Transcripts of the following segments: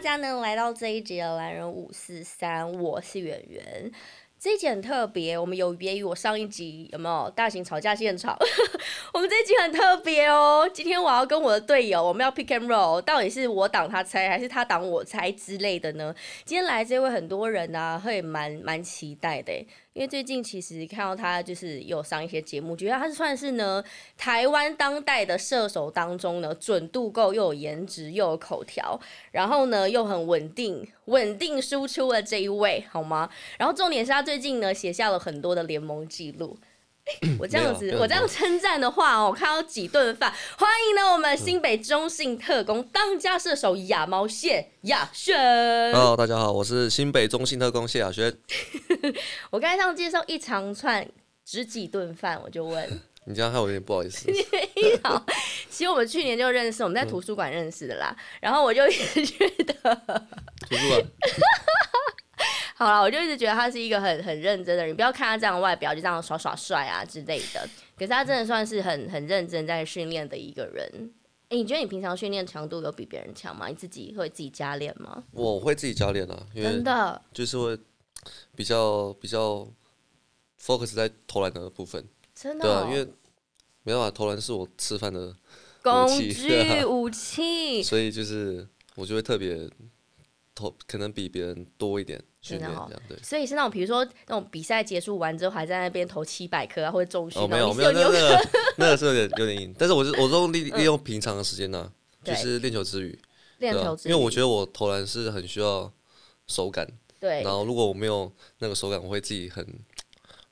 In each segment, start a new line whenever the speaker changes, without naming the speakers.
家呢，来到这一集的懒人五四三，我是圆圆。这一集很特别，我们有别于我上一集有没有大型吵架现场？ 我们这一集很特别哦。今天我要跟我的队友，我们要 pick and roll，到底是我挡他猜，还是他挡我猜之类的呢？今天来这位，很多人呢、会蛮蛮期待的耶，因为最近其实看到他就是有上一些节目，觉得他算是呢台湾当代的射手当中呢，准度够，又有颜值，又有口条，然后呢又很稳定，稳定输出的这一位，好吗？然后重点是他最近呢写下了很多的联盟记 录。我这样
没
子
有，
我这
没有
样称赞的话哦，我看到几顿饭。欢迎呢，我们新北中信特工当家射手亚毛蟹亚轩。
Hello，大家好，我是新北中信特工谢亚轩。
我刚才这样介绍一长串值几顿饭，我就问， 哎
你这样害我有点不好意思。
其实我们去年就认识，我们在图书馆认识的啦。然后我就一直 觉得，
图书馆，
好了，我就一直觉得他是一个很很认真的人。你不要看他这样的外表就这样耍耍帅啊之类的，可是他真的算是很很认真在训练的一个人。哎、你觉得你平常训练强度有比别人强吗？你自己会自己加练吗？
我会自己教练啊，因
真
为
的，
就是会比较比较 focus 在投篮的部分，
真的
对
哦、
啊，因为没办法，投篮是我吃 饭的，
工
武器对
具
啊
武器，
所以就是我就会特别投，可能比别人多一点训练
真的哦
这 样对。
所以是那种，比如说那种比赛结束完之后，还在那边投七百颗啊，或者中
哦，
训
没
啊，
有
你
没
是
有，
有
那
牛
那个那个是有点有点硬，但是我是我都利利用平常的时间呢、就
对
是练球之余，
练
对啊
球之
因为我觉
得
得我投篮是很需要手感，
对
然，后如果我没有那个手感，我会自己很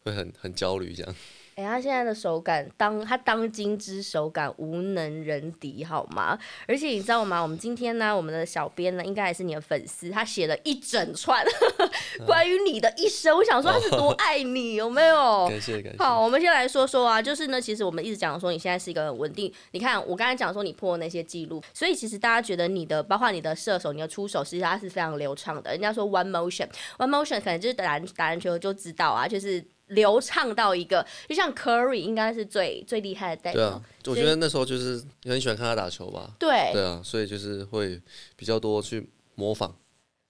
会很很焦虑这样。
哎、他现在的手感，当他当今之手感无能人敌，好吗？而且你知道吗？我们今天呢，我们的小编呢，应该还是你的粉丝，他写了一整串
嗯
关于你的一生。我想说他是多爱你，有没有？
感谢感谢。
哦好，我们先来说说啊，就是呢，其实我们一直讲说你现在是一个很稳定。你看，我刚才讲说你破那些记录，所以其实大家觉得你的，包括你的射手、你的出手，其实它是非常流畅的。人家说 one motion，one motion 可能就是打篮打篮球就知道啊，就是流畅到一个，就像 Curry 应该是最最厉害的代
对
表
啊。，我觉得那时候就是很喜欢看他打球吧。
对，
对啊，所以就是会比较多去模仿。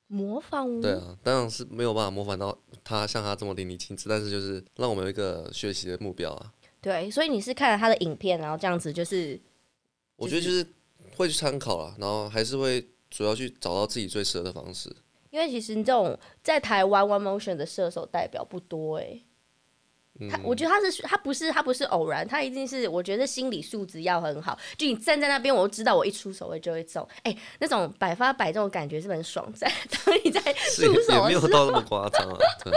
模仿
对啊，当然是没有办法模仿到他像他这么淋漓尽致，但是就是让我们有一个学习的目标啊。
对，所以你是看了他的影片，然后这样子就是
我觉得就是会去参考啦，然后还是会主要去找到自己最适合的方式。
因为其实这种在台湾 One Motion 的射手代表不多哎、
嗯
他我觉得他是他不是他不是偶然，他一定是我觉得心理素质要很好。就你站在那边，我就知道我一出手我就会中，哎、那种百发百中的感觉是不是很爽？在 当你在
是也
出
也
手
没
的
有
时
到嗯
候，
那么夸张啊。对，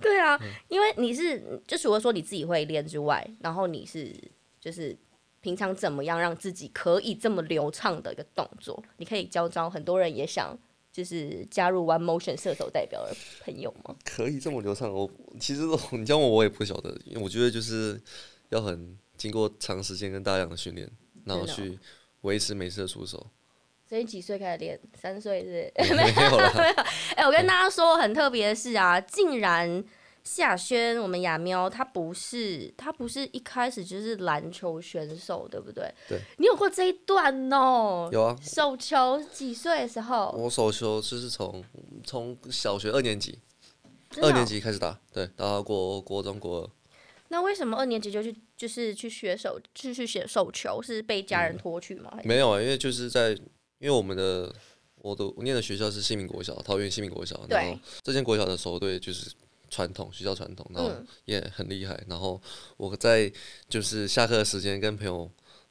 对啊，因为你是就除了说你自己会练之外，然后你是就是平常怎么样让自己可以这么流畅的一个动作，你可以教招很多人也想就是加入 One Motion 射手代表的朋友吗？
可以这么流畅，我其实我你教我我也不晓得，因为我觉得就是要很经过长时间跟大量的训练，然后
真的哦
去维持每次的 出手。
所以几岁开始练？三岁是不是？
没有啦，
哎、我跟大家说很特别的是啊，竟然夏轩，我们亚喵，他不是他不是一开始就是篮球选手，对不对？
对，
你有过这一段哦。
有啊，
手球几岁的时候？
我手球就是从从小学二年级，
真的哦
二年。级开始打，对，打到国国中国二，
那为什么二年级就去就是去学手去去学手球？是被家人拖去吗？还是
嗯没有啊，因为就是在因为我们的我的我念的学校是新民国小，桃园新民国小，
对
然后这间国小的手队就是传统学校传统，然后
嗯
也很厉害，然后我在就是下课的时间跟朋友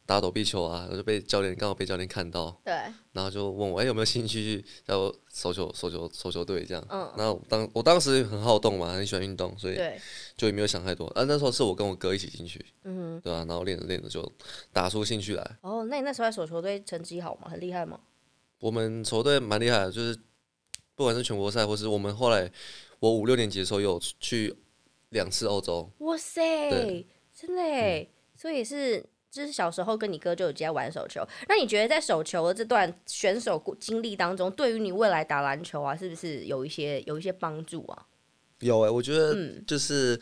打躲避球啊，我就被教练刚好被教练看到，
对，
然后就问我哎、有没有兴趣去加入手球手球手球队这样，
嗯
然后我当我当时很好动嘛，很喜欢运动，所以
对，
就也没有想太多，啊那时候是我跟我哥一起进去，
嗯。
对吧、然后练着练着就打出兴趣来。
哦，那你那时候在手球队成绩好吗？很厉害吗？
我们球队蛮厉害的，就是不管是全国赛，或是我们后来我五六年级的时候有去两次欧洲，
哇塞
对，嗯
真的哎、所以是就是小时候跟你哥就有在玩手球。那你觉得在手球的这段选手过经历当中，对于你未来打篮球啊，是不是有一些有一些帮助啊？
有哎、我觉得
嗯
就是、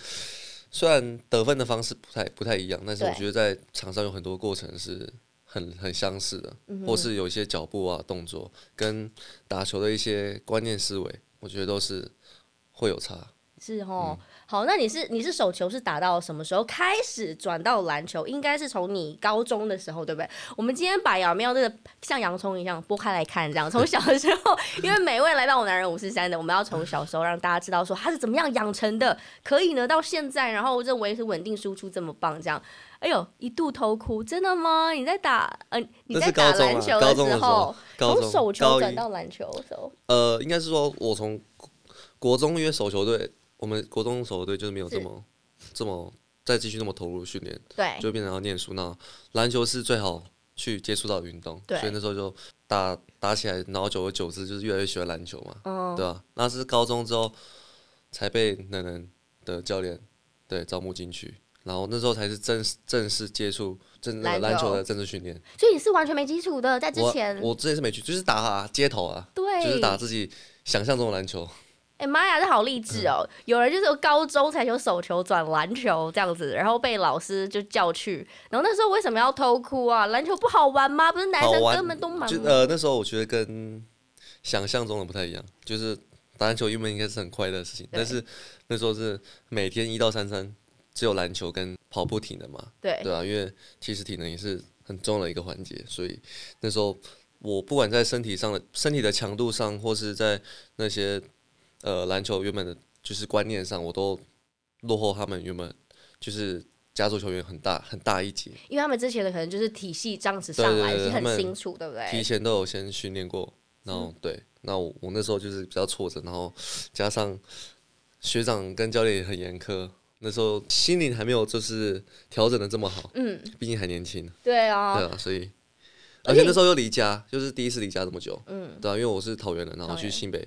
虽然得分的方式不太不太一样，但是
对
我觉得在场上有很多过程是很很相似的，
嗯
或是有一些脚步啊、动作跟打球的一些观念思维，我觉得都是会有差。
是哦，
嗯
好，那你是你是手球是打到什么时候开始转到篮球？应该是从你高中的时候，对不对？我们今天把姚喵这个像洋葱一样剥开来看，这样从小的时候，因为每位来到我男人五四三的，我们要从小时候让大家知道说他是怎么样养成的，可以呢到现在，然后认为是稳定输出这么棒，这样。哎呦，一度偷哭，真的吗？你在打，呃，你
那
在
是
打
高中
篮
啊
球，
高中
时
的时候，高
从
中
手球
高
转
一，
到篮球的时候，
呃，应该是说我从国中约手球队，我们国中手球队就是没有这
是
么这么再继续那么投入训练，
对，
就变成要念书。那篮球是最好去接触到的运动，
对
所以那时候就打打起来，然后久而久之就是越来越喜欢篮球嘛，
嗯，
对吧、那是高中之后才被能能的教练对招募进去，然后那时候才是正式正式接触正那个
篮
篮
球
球的正式训练。
所以你是完全没基础的，在之
我
前，
我之前是没去，就是打、街头啊，
对，
就是打自己想象中的篮球。
哎妈呀，这好励志哦！
嗯
有人就是高中才由手球转篮球这样子，然后被老师就叫去。然后那时候为什么要偷哭啊？篮球不好玩吗？不是男
好
生
玩
根本都蛮
就呃那时候我觉得跟想象中的不太一样，就是打篮球原本应该是很快乐的事情，
对
但是那时候是每天一到三三只有篮球跟跑步体能嘛，
对
对啊，因为其实体能也是很重要的一个环节，所以那时候我不管在身体上的身体的强度上，或是在那些呃篮球原本的就是观念上，我都落后他们原本就是加州球员很大很大一截，
因为他们之前的可能就是体系这样子上来，
对对对
已经
他
很
们
清楚，对不
提
对？
前都有先训练过，然
嗯
后对，那我我那时候就是比较挫折，然后加上学长跟教练也很严苛，那时候心灵还没有就是调整的这么好，
嗯，
毕竟还年轻，
对啊，
对啊，所以
而
而
且
且那时候又离家，就是第一次离家这么久，
嗯，
对啊，因为我是桃园人，然后
桃
去
园
新北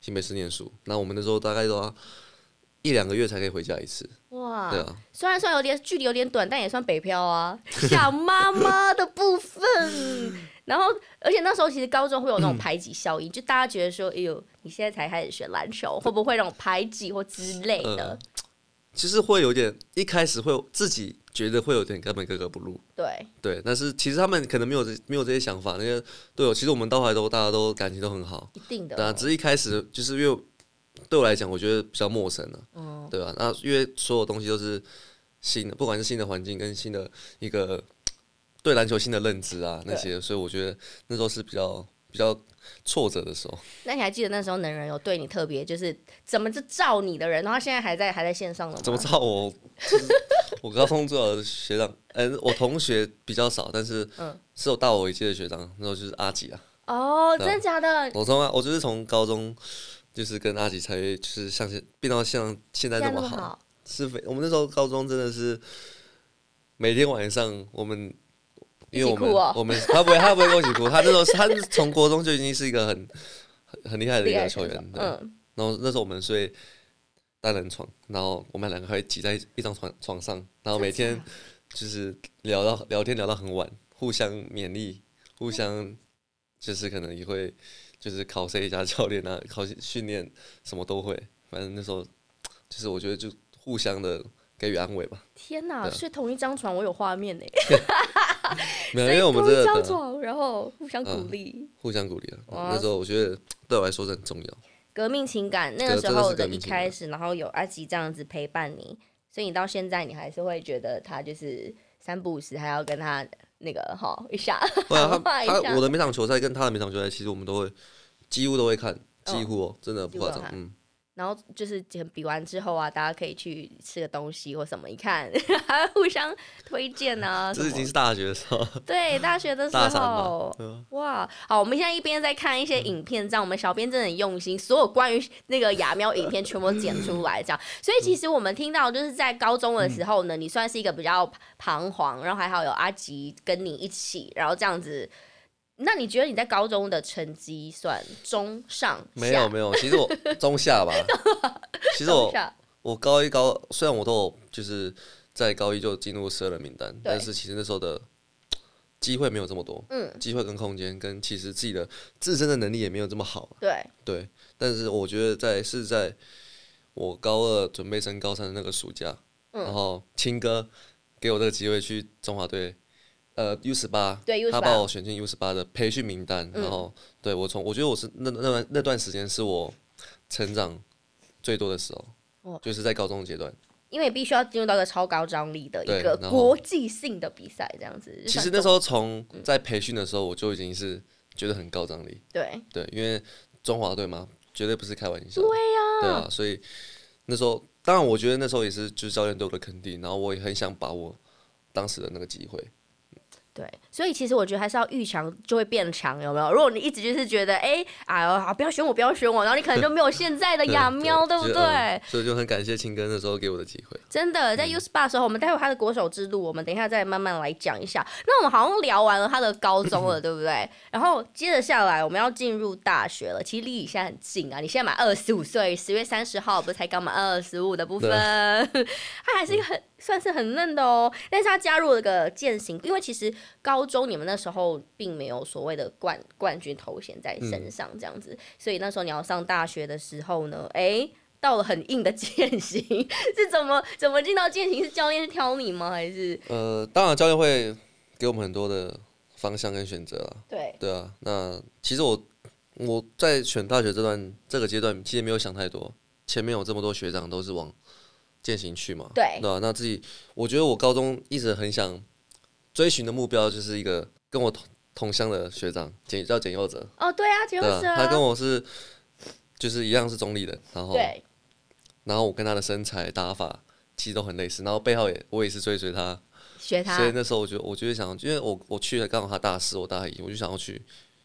新北市念书，那我们那时候大概都要一两个月才可以回家一次，
哇，
对啊，
虽然说有点距离有点短，但也算北漂 啊，想妈妈的部分。然后，而且那时候其实高中会有那种排挤效应，就大家觉得说，哎呦，你现在才开始学篮球，会不会那种排挤或之类
呃
的？
其实会有点一开始会有自己觉得会有点根本格格不入。
对，
对，但是其实他们可能没有这没有这些想法，那些队友其实我们到后来都大家都感情都很好，
一定
对啊，
的。
只是一开始就是因为对我来讲，我觉得比较陌生了、
嗯
啊，对吧、那因为所有东西都是新的，不管是新的环境跟新的一个对篮球新的认知啊那些，所以我觉得那时候是比较比较挫折的时候。
那你还记得那时候能人有对你特别，就是怎么就照你的人，然后现在还在还在线上了吗？
怎么知道我？就是我高中最好的学长，嗯、我同学比较少，但是
嗯
是有大我一届的学长，那时候就是阿吉啊。
哦，真的假的？
我从啊我就是从高中就是跟阿吉才就是像现变到像啊现在
现
这
在
么
那么
好，，是非我们那时候高中真的是每天晚上我们。
一起
因为我们、
哭哦
我们他不会他不会跟我一起哭，他 那时候他从国中就已经是一个很很很厉害的一
厉害
个
的
球
选
员
手，
对
嗯，
然后那时候我们睡单人床，然后我们两个还会挤在一张床床上，然哦后每天就是聊到聊天聊到很晚，互相勉励，互相就是可能也会就是考谁一下教练啊， 考训练什么都会，反正那时候就是我觉得就互相的给予安慰吧，
天哪，
对啊
睡同一张床，我有画面呢。
没有，因为我 们
同
真
一
的
张
对啊
床，然后互相鼓
嗯
励。
互相鼓励了，
哇
那时候我觉得对我来说是很重要。
革命情感那个
对
时
真的
候
是
的
革
一
命情感
开始，然后有阿吉这样子陪伴你，所以你到现在你还是会觉得他就是三不五时还要跟他那个哈 一下，
对啊，
画
他
一下
他我的每场球赛跟他的每场球赛，其实我们都会几乎都会看，
嗯
几乎哦，真的
几
不
乎
夸
都
张
看，
嗯，
然后就是比完之后啊，大家可以去吃个东西或什么，一看还互相推荐啊什
这已经
么。
是大学的时候，
对，大学的时
大三
候
嘛，对啊
哇，好，我们现在一边在看一些
嗯
影片，这样我们小编真的很用心，所有关于 那个雅喵影片全部剪出来，这样。所以
嗯
其实我们听到就是在高中的时候呢，你算是一个比较彷徨，然后还好有阿吉跟你一起，然后这样子。那你觉得你在高中的成绩算中上下？
没有没有，其实 我中下吧，其实
中
我
下，
我高一高，虽然我都有就是在高一就进入十二人名单，但是其实那时候的机会没有这么多，
嗯，
机会跟空间跟其实自己的自身的能力也没有这么好，
对，
对，但是我觉得在是在我高二准备升高三的那个暑假，
嗯
然后青哥给我这个机会去中华队呃 U 十八，
对啊 U
他
18
把我选进 U 十八的培训名
嗯
单，然后对我从我觉得我是那那段那段时间是我成长最多的时候，
哦
就是在高中阶段。
因为必须要进入到一个超高张力的一
对
个
然后
国际性的比赛，这样子。
其实那时候从
嗯
在培训的时候，我就已经是觉得很高张力，
对，
对，因为中华队嘛，绝对不是开玩笑。对呀、对啊，所以那时候，当然我觉得那时候也是就是教练对我的肯定，然后我也很想把握当时的那个机会。
对，所以其实我觉得还是要遇强就会变强，有没有？如果你一直就是觉得，哎、哎呦，啊不要选我，不要选我，然后你可能就没有现在的雅喵，对不
就
对？
嗯所以就很感谢青哥那时候给我的机会。
真的，在 U SPA 的时候，我们待会他的国手之路，我们等一下再慢慢来讲一下。那我们好像聊完了他的高中了，对不对？然后接着下来，我们要进入大学了。其实离你现在很近啊，你现在满二十五岁，十月三十号不是才刚满二十五的部分， 他还是一个很算是很嫩的哦。但是他加入了个践行，因为其实高中你们那时候并没有所谓的冠冠军头衔在身上这样子，所以那时候你要上大学的时候呢，哎、到了很硬的践行，是怎么怎么进到践行？是教练挑你吗？还是
呃，当然教练会给我们很多的方向跟选择啦。
对？
对啊，那其实我我在选大学这段这个阶段，其实没有想太多。前面有这么多学长都是往践行去嘛，
对
对啊，那自己我觉得我高中一直很想追寻的目标就是一个跟我同同乡的学长，简叫简佑哲，
哦，对啊，杰
对
克
啊，
斯啊，
他跟我是就是一样是中立的，然后
对
然后我跟他的身材打法其实都很类似，然后背后也我也是追随他，
学他
所以那时候我就我就会想，因为我我去了刚好他大四，我大一，我就想要去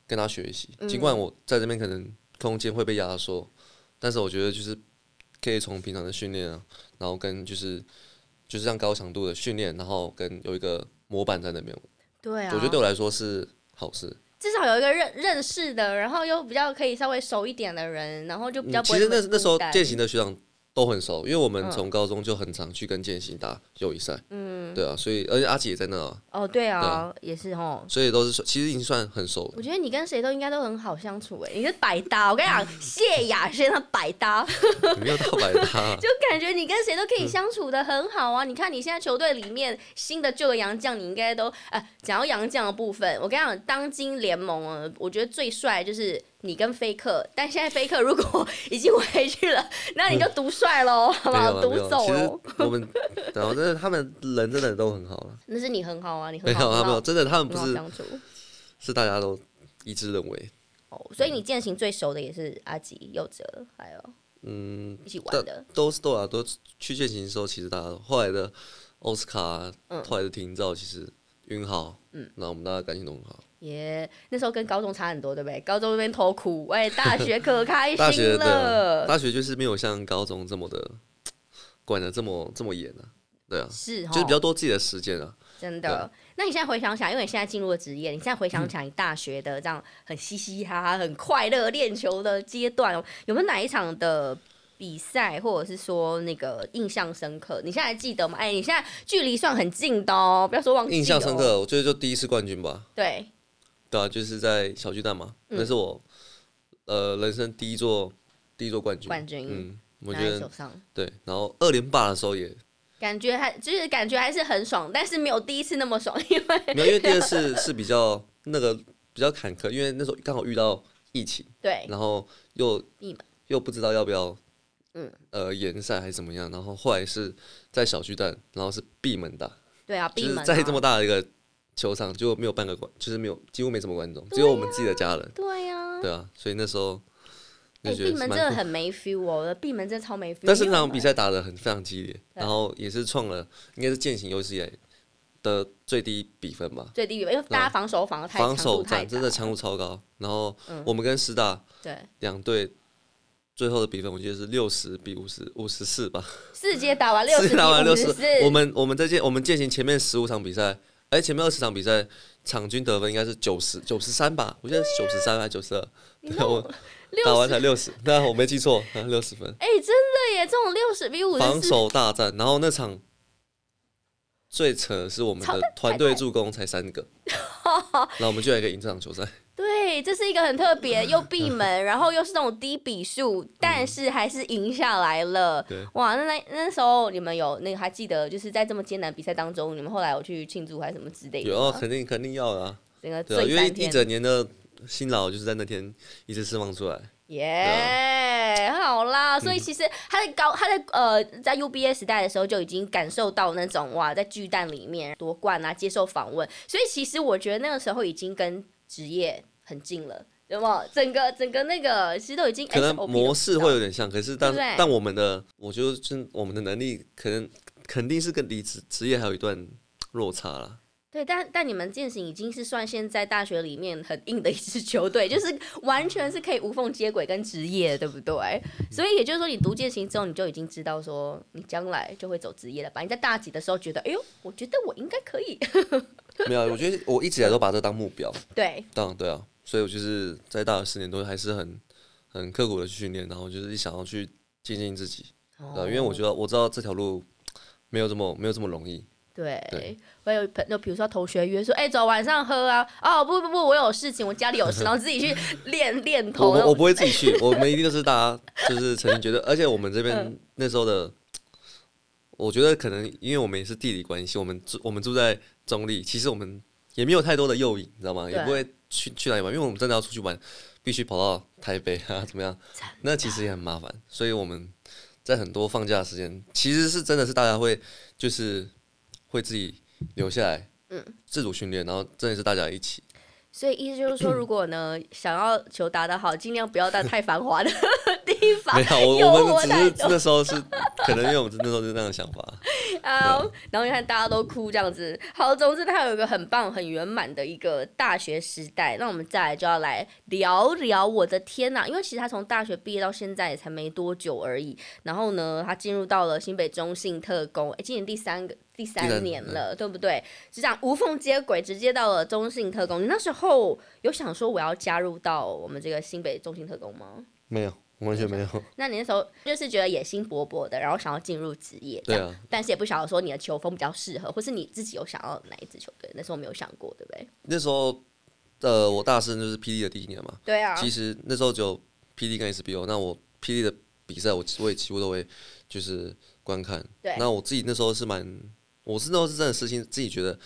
跟他学习。
嗯
尽管我在这边可能空间会被压缩，但是我觉得就是可以从平常的训练啊，然后跟就是就是这样高强度的训练，然后跟有一个模板在那边，
对啊，
我觉得对我来说是好事。
至少有一个认认识的，然后又比较可以稍微熟一点的人，然后就比较
嗯
不
其
会
实
么
那那时候
孤单
践行的学长都很熟，因为我们
嗯
从高中就很常去跟践行打友谊赛，嗯，对啊，所以而且阿姐也在那、啊，
哦，对啊，也是哦。
所以都是其实已经算很熟了
我。觉得你跟谁都应该都很好相处哎，你是百搭，我跟你讲，谢雅轩他百搭，
没有到百搭、啊。
就感觉你跟谁都可以
嗯
相处的很好啊！你看你现在球队里面新的旧的洋将，你应该都呃，讲到洋将的部分，我跟你讲，当今联盟啊，我觉得最帅就是你跟菲克，但现在菲克如果已经回去了， 那你就独帅喽，好不
没有
好？
啊
独
没有啊
走
其
喽，
实我们，然后真的他们人真的都很好了，
那是你很好啊，你
没
很
有
好，
啊没
很
有，
好
真的他
很
们不
好
是
相处
是大家都一致认为，
哦。所以你践行最熟的也是阿吉、佑哲，还有
嗯，
一起玩的，
都是对啊，都去践行的时候，其实大家都后来的奥斯卡，
嗯
后来的廷照，其实云豪，嗯，那我们大家感情都很好，
耶、那时候跟高中差很多，对不对？高中那边偷哭，哎、大学可开
大学
心
的
了。
大学就是没有像高中这么的管的这么这么严啊，对啊，
是哦，
就是比较多自己的时间啊，
真的。那你现在回想起来，因为你现在进入了职业，你现在回想起来你大学的这样很嘻嘻哈哈、很快乐练球的阶段，有没有哪一场的比赛，或者是说那个印象深刻？你现在还记得吗？哎，你现在距离算很近的哦，不要说忘记、哦。
印象深。刻，我觉得就第一次冠军吧，
对，
对啊，就是在小巨蛋嘛，
嗯
那是我呃人生第一座第一座冠军。
冠军
嗯，我
拿
觉
在手
得
上，
对。然后二连霸的时候也
感觉还就是感觉还是很爽，但是没有第一次那么爽，因为
没有，因为第二次是比较那个比较坎坷，因为那时候刚好遇到疫情，
对
然后又
密码
又不知道要不要
嗯
呃延赛还是怎么样，然后后来是在小巨蛋，然后是闭门打，
对啊，
就
闭
是
门、啊、
在这么大的一个球场，就没有半个观，就是没有几乎没什么观众，只有我们自己的家人，
对呀、啊，
对啊，所以那时候
哎、
就觉
闭
得是
门
蛮
真
酷
的很没 feel 哦，我的闭门真的超没 feel。
但是那
因为我
场
们
比赛打得很非常激烈，然后也是创了应该是践行有史以来的最低比分吧，
最低比分，因为大家防守防得太
防
强度
守
太
战
大
真的强度超高。然后
嗯
我们跟师大
对，
两队最后的比分，我记得是六十比五十五十四吧，
四节打完六十，
打完六
十
十
四，。
我们我们在践我们践行前面十五场比赛，哎，前面二十场比赛场均得分应该是九十九十三吧，我记得九十三还是九十二，对我打
六
完
十，
才六十，那我没记错，六十分。
哎、真的耶，这种六十比五
防
十四，
守大战，然后那场最扯的是我们
超 哎
的团队助攻才三个，然后我们居然可以赢这场球赛，
对，以这是一个很特别， 又闭门，然后又是那种低笔数，但是还是赢下来了。
嗯对
哇，那那那时候你们有那个还记得，就是在这么艰难比赛当中，你们后来有去庆祝还是什么之类的
有哦，
吗？
肯定肯定要的啊，
整个
对啊，
醉
因为
三
一
天，
整年的辛劳就是在那天一次释放出来。
耶、好啦，所以其实他在高，他在呃，在 UBA 时代的时候就已经感受到那种哇，在巨蛋里面夺冠啊，接受访问，所以其实我觉得那个时候已经跟职业很近了，有没有？整个整个那个其实都已经
可能
SOP 都知道
模式会有点像，可是但
对不对
但我们的，我觉得就是我们的能力，可能肯定是跟离职职业还有一段落差啦。
对，但但你们践行已经是算现在大学里面很硬的一支球队，就是完全是可以无缝接轨跟职业，对不对？所以也就是说，你读践行之后，你就已经知道说你将来就会走职业了吧？你在大几的时候觉得，哎呦，我觉得我应该可以，
没有啊，我觉得我一直以来都把这当目标，
对，
当然对啊，所以我就是在大学四年都还是很很刻苦的去训练，然后就是一想要去精进自己，对啊、因为我
哦
觉得我知道这条路没有这么没有这么容易，
对，
对
我有朋友，比如说同学约说，哎、走晚上喝啊，哦不不不，我有事情，我家里 有事，然后自己去练练
我
头，
我我不会自 己去，我们一定都是大家就是曾经觉得，而且我们这边
嗯
那时候的，我觉得可能因为我们也是地理关系，我们住我们住在中立，其实我们也没有太多的诱引，你知道吗？
对
也不会去去哪里玩，因为我们真的要出去玩，必须跑到台北啊，怎么样？那其实也很麻烦，所以我们在很多放假的时间，其实是真的是大家会就是会自己留下来，
嗯
自主训练，然后真的是大家一起。
所以意思就是说，如果呢想要球打得好，尽量不要到太繁华的 地方
没，有，
诱
我我
惑
们只
太
是
多。
那时候是，可能因为我们那时候是那样的想法。
啊，然后你看大家都哭这样子。好，总之它有一个很棒、很圆满的一个大学时代。那我们再来就要来聊聊，我的天呐！因为其实他从大学毕业到现在也才没多久而已。然后呢，他进入到了新北中信特工，诶，今年第三个第
第
三
三
年了，对不对？就这样无缝接轨，直接到了中信特工。你那时候有想说我要加入到我们这个新北中信特工吗？
没有，完全没有。
那你那时候就是觉得野心勃勃的，然后想要进入职业，这
对
样
啊，
但是也不晓得说你的球风比较适合，或是你自己有想要哪一支球队，那时候没有想过，对不对？
那时候，呃，我大四就是 PD 的第一年嘛。
对啊
其实那时候只有 PD 跟 SBO，那我 PD 的比赛我我也几乎都会就是观看。
对
那我自己那时候是蛮，我是那时候是真的私心自己觉得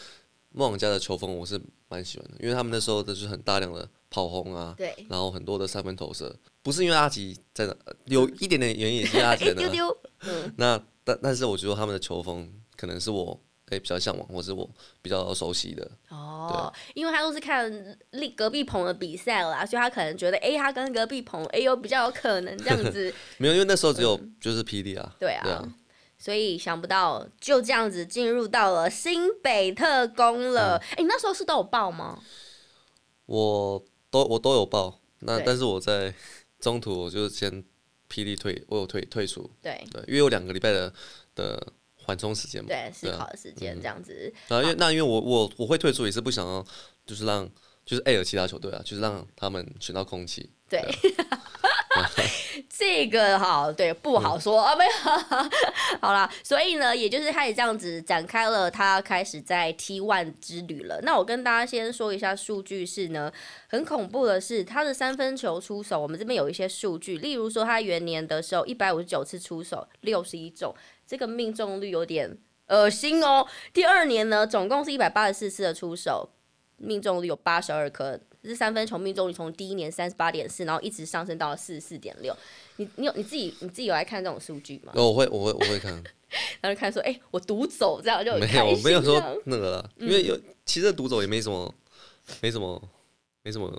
梦想家的球风我是蛮喜欢的，因为他们那时候的就是很大量的跑轰啊，
对，
然后很多的三分投射，不是因为阿吉在那，有一点点原因也是因为阿吉在
一
那
哎 丢。丢，
那但但是我觉得他们的球风可能是我诶、比较向往，或是我比较熟悉的。
哦，因为他都是看另隔壁棚的比赛啦，所以他可能觉得，哎，他跟隔壁棚，哎呦，比较有可能这样 子，
没有，因为那时候只有就是霹雳啊，
嗯对
对
啊
啊，，
所以想不到就这样子进入到了新北特工
嗯
了。哎、你那时候是都有报吗？
我都我都有报。那
对
但是我在 中途我就先霹雳退，我有退退出，
对
对，因为有两个礼拜的的缓冲时间嘛。
对，思
啊
考的时间这样子，
然后因为那因为我我我会退出也是不想要，就是让就是 A 有其他球队啊，就是让他们选到空气。
对， 这个哈，对，不好说、啊，没有， 好啦，所以呢，也就是开始这样子展开了，他开始在 T one 之旅了。那我跟大家先说一下数据是呢，很恐怖的是他的三分球出手，我们这边有一些数据，例如说他元年的时候一百五十九次出手，六十一中，这个命中率有点恶心哦。第二年呢，总共是一百八十四次的出手，命中率有八十二颗，这三分球命中率从第一年三十八点四，然后一直上升到了四十四点六。你你有你自己你自己有来看这种数据吗？
然后我会我会我会看。
然后就看说，哎、我独走这样就很
没
开
有，我
心啊嗯
没有
这
说
样
那个啦，因为有其实独走也没什么，没什么，没什么，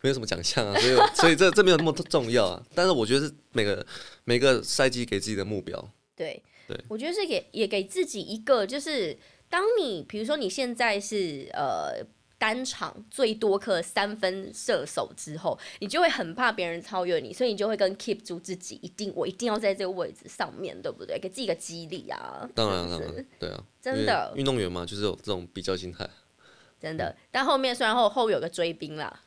没有什么奖项啊，所以我所以这这没有那么重要啊。但是我觉得是每个每个赛季给自己的目标，
对，
对
我觉得是给也给自己一个，就是当你比如说你现在是呃单场最多颗三分射手之后，你就会很怕别人超越你，所以你就会跟 keep 住自己，一定我一定要在这个位置上面对不对？给自己一个激励啊！
当然
是
当
不是
然，对啊，
真的
因为运动员嘛，就是有这种比较心态，
真的。但后面虽然后后有个追兵 啦，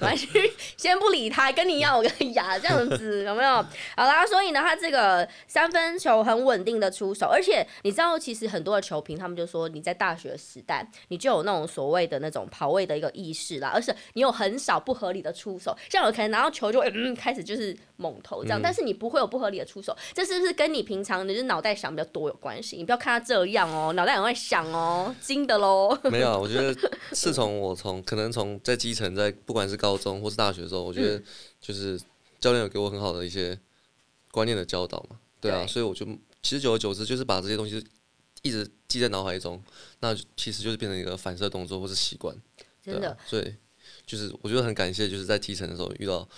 完全先不理他，跟你一样，我跟你牙这样 子，有没有？好啦，所以呢，他这个三分球很稳定的出手，而且你知道，其实很多的球评他们就说，你在大学时代你就有那种所谓的那种跑位的一个意识啦，而且你有很少不合理的出手，像有可能拿到球就会嗯开始就是猛投
嗯
这样，但是你不会有不合理的出手，这是不是跟你平常你就是脑袋想比较多有关系？你不要看他这样哦，脑袋很会想哦，金的喽。
没有啊，我觉得是从我从可能从在基层，在不管是高中或是大学的时候，我觉
嗯
得就是教练有给我很好的一些观念的教导嘛。对啊，
对
所以我就其实久而久之就是把这些东西一直记在脑海中，那就其实就是变成一个反射动作或是习惯。对
真的
啊，所以就是我觉得很感谢，就是在基层的时候遇到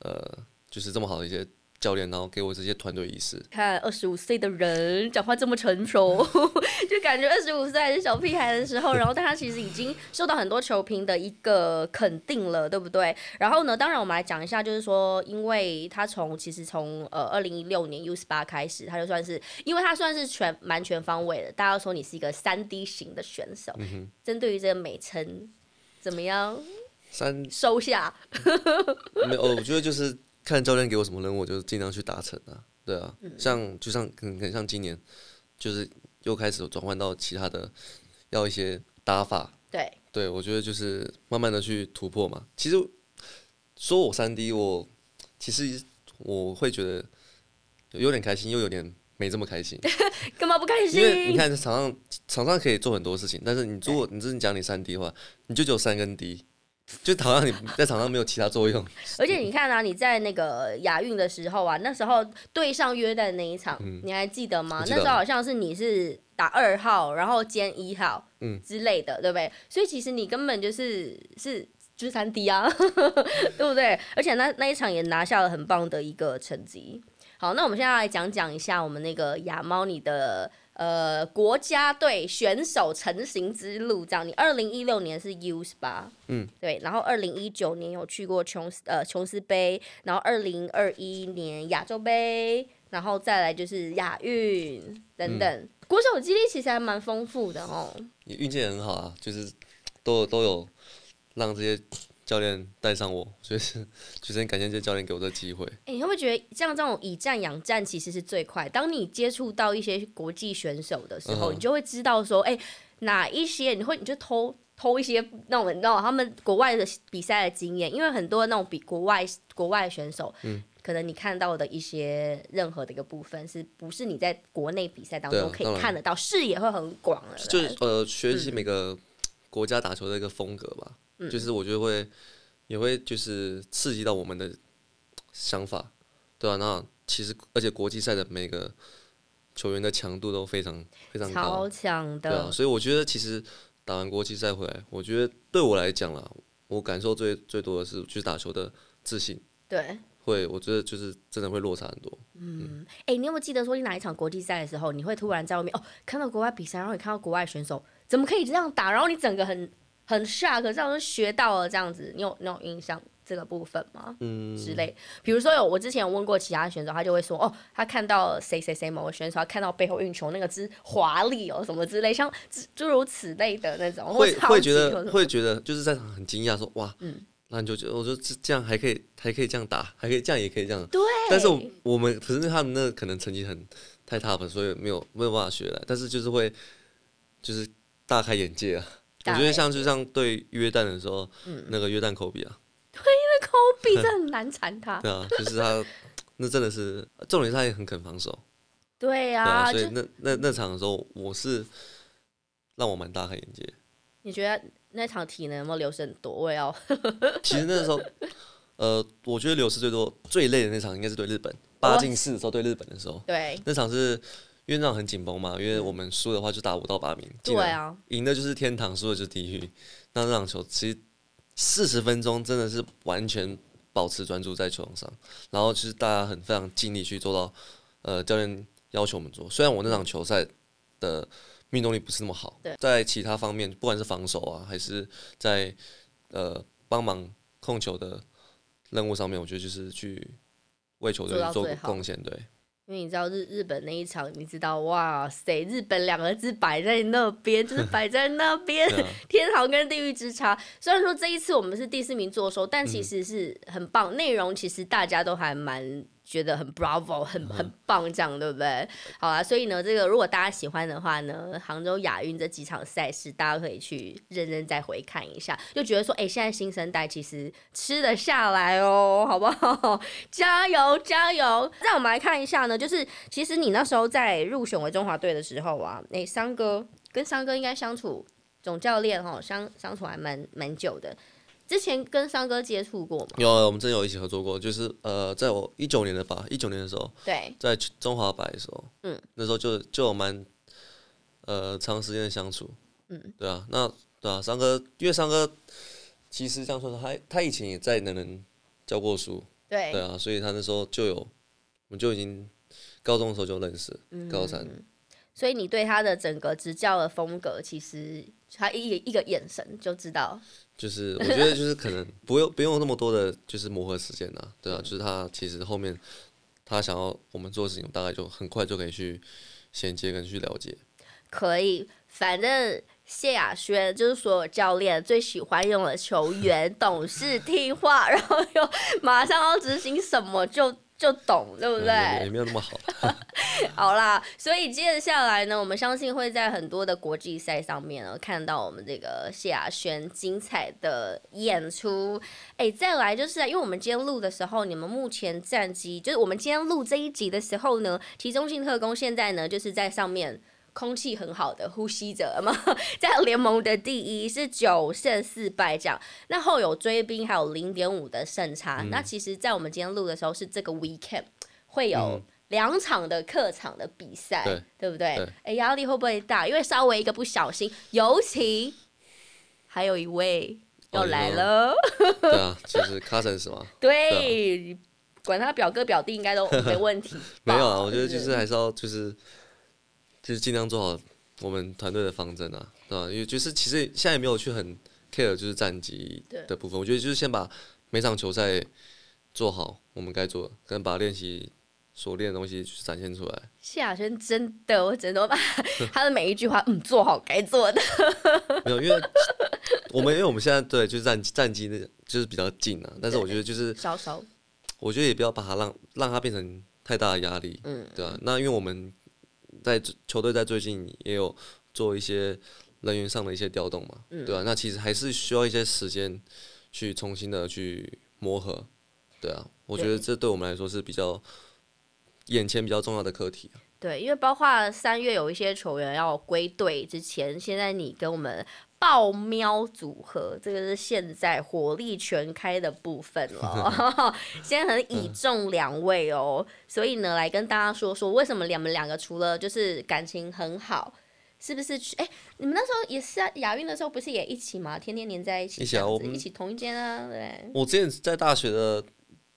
呃，就是这么好的一些教练，然后给我这些团队意识。
看二十五岁的人讲话这么成熟， 就感觉二十五岁还是小屁孩的时候，然后但他其实已经受到很多球评的一个肯定了，对不对？然后呢，当然我们来讲一下，就是说，因为他从其实从呃二零一六年 U 十八开始，他就算是，因为他算是全蛮全方位的，大家都说你是一个三 D 型的选手，
嗯
针对于这个美称怎么样
三
收下？
没有，哦我觉得就是看教练给我什么任务，我就尽量去达成啊。对啊，像就像可能可能像今年，就是又开始转换到其他的，要一些打法。
对，
对我觉得就是慢慢的去突破嘛。其实说我三 D，我其实我会觉得有点开心，又有点没这么开心。
干嘛不开
因为你
心？
看场上场上可以做很多事情，但是你如果你真的讲你三 D 的话，你就只有三根 D，就好像你在场上没有其他作用。
而且你看啊，你在那个亚运的时候啊，那时候对上约旦那一场，你还记得吗
嗯我？记
那
得
时候好像是你是打二号，然后兼一号，
嗯
之类的，对不对？所以其实你根本就是是。就是三 D 啊， 对不对？而且那那一场也拿下了很棒的一个成绩。好，那我们现在来讲讲一下我们那个亚猫你的呃国家队选手成型之路。这样，你二零一六年是 U 十八，
嗯，
对，然后二零一九年有去过琼斯呃琼斯杯，然后二零二一年亚洲杯，然后再来就是亚运等等。国手经历其实还蛮丰富的哦，
也运气也很好啊，就是都有都有让这些教练带上我， 所以是就是很感谢这些教练给我这个机会。
哎、你会不会觉得像这种以战养战其实是最快？当你接触到一些国际选手的时候，
嗯哼
你就会知道说，哎、哪一些你会你就偷偷一些那种你知道他们国外的比赛的经验，因为很多那种比国外国外选手，
嗯
可能你看到的一些任何的一个部分，是不是你在国内比赛当
对
中
啊
可
当
以
然
看得到，视野会很广了。
就是呃，学
嗯
习每个国家打球的一个风格吧，就是我觉得会也会就是刺激到我们的想法，对啊，那其实而且国际赛的每个球员的强度都非常非常
超，
高
强
对啊，
的，
所以我觉得其实打完国际赛回来，我觉得对我来讲啦，我感受最最多的是就是打球的自信。
对。
会，我觉得就是真的会落差很多。
哎、你有没有记得说你哪一场国际赛的时候，你会突然在外面哦看到国外比赛，然后你看到国外选手怎么可以这样打，然后你整个很很 shock，这样就学到了这样子，你有你有印象这个部分吗？嗯，之类。比如说有我之前有问过其他选手，他就会说哦，他看到谁谁谁某个选手，他看到背后运球那个之华丽哦什么之类，像之诸如此类的那种，嗯
会
或超
会
级
觉
或什
得
么
会觉得就是在场很惊讶说哇，那你就觉得我说这这样还可以还可以这样打，还可以这样也可以这样。
对，
但是我嗯我们可是他们那可能成绩很太 top，了所以没有没有办法学来。但是就是会就是大开眼界啊！我
大
觉
开眼嗯
得像就像对约旦的时候，那个约旦科比啊，
抠鼻这很难缠他。
对啊，就是他那真的是重点是他也很肯防守，
对
对
呀、
啊，所
就
以那那那场的时候我是让我蛮大开眼界。
你觉得那场体能有没有流失很多？我也要
其实那时候，呃，我觉得流失最多、最累的那场应该是对日本八进四的时候，对日本的时候，
对。
那场是因为那场很紧绷嘛，因为我们输的话就打五到八名，
对啊，
赢的就是天堂，输的就是地狱。那那场球其实四十分钟真的是完全保持专注在球场上，然后就是大家很非常尽力去做到，呃，教练要求我们做。虽然我那场球赛的命中率不是那么好
对，
在其他方面，不管是防守啊，还是在呃帮忙控球的任务上面，我觉得就是去为球队
做到
做
最好
贡献。对，
因为你知道日日本那一场，你知道哇塞，日本两个字摆在那边，就是摆在那边，
对啊
天堂跟地狱之差。虽然说这一次我们是第四名坐收，但其实是很棒，内、容其实大家都还蛮。觉得很 bravo，很很棒，这样对不对？好啊，所以呢，这个如果大家喜欢的话呢，杭州亚运这几场赛事，大家可以去认真再回看一下，就觉得说，哎、现在新生代其实吃得下来哦，好不好？加油加油！让我们来看一下呢，就是其实你那时候在入选为中华队的时候啊，哎、三哥跟三哥应该相处，总教练哈相相处还蛮蛮久的。之前跟三哥接触过嘛？
有我们真的有一起合作过，就是呃，在我一九年的吧，一九年的时候，
对，
在中华白的时候，
嗯，
那时候就就有蛮呃长时间的相处，
嗯，
对啊，那对啊，三哥，因为三哥其实这样说的，他他以前也在能能教过书，
对
对啊，所以他那时候就有，我们就已经高中的时候就认识，
嗯
高三，
所以你对他的整个执教的风格，其实他一一个眼神就知道。
就是我觉得就是可能 不用不用那么多的，就是磨合时间呐、对啊，
嗯
就是他其实后面他想要我们做的事情，大概就很快就可以去衔接跟去了解。
可以，反正谢亚轩就是所有教练最喜欢用的球员， 懂事听话，然后又马上要执行什么就就懂，对不对？
嗯也也没有那么好，
好啦，所以接着下来呢，我们相信会在很多的国际赛上面呢，看到我们这个谢亚轩精彩的演出。哎、再来就是啊，因为我们今天录的时候，你们目前战绩就是我们今天录这一集的时候呢，其中性特工现在呢就是在上面。空气很好的呼吸着 嘛，在联盟的第一是九胜四败这样，那后有追兵还有零点五的胜差。那
嗯
其实，在我们今天录的时候是这个 weekend 会有、
嗯
两场的客场的比赛，
对
不对
对？
哎，压力会不会大？因为稍微一个不小心，尤其还有一位要
哦
来
有
了，
对啊，就是卡森是吗？
对，管他表哥表弟应该 都没问题。
啊没有啊，我觉得就是是还是要就是就是尽量做好我们团队的方针啊，对吧、因为就是其实现在也没有去很 care 就是战绩
对
的部分，我觉得就是先把每场球赛做好我们该做的，跟把练习所练的东西去展现出来。
谢亚轩真的，我只能把 他的每一句话，嗯，做好该做的。
没有，因为我们因为我们现在对就是战战绩那就是比较近啊，但是我觉得就是
稍稍，
我觉得也不要把它让让它变成太大的压力，
嗯，
对啊，那因为我们在球队在最近也有做一些人员上的一些调动嘛，
嗯
对啊，那其实还是需要一些时间去重新的去磨合，对啊，我觉得
对
这对我们来说是比较眼前比较重要的课题啊、
对，因为包括三月有一些球员要归队之前，现在你跟我们爆喵组合，这个是现在火力全开的部分 了，现在很
嗯
倚重两位哦，所以呢，来跟大家说说为什么你们两个除了就是感情很好。是不是去？哎、你们那时候也是啊，亚运的时候不是也一起吗？天天黏在一起，
一起啊
这样
我
子
们
一起同一间啊，对。
我之前在大学的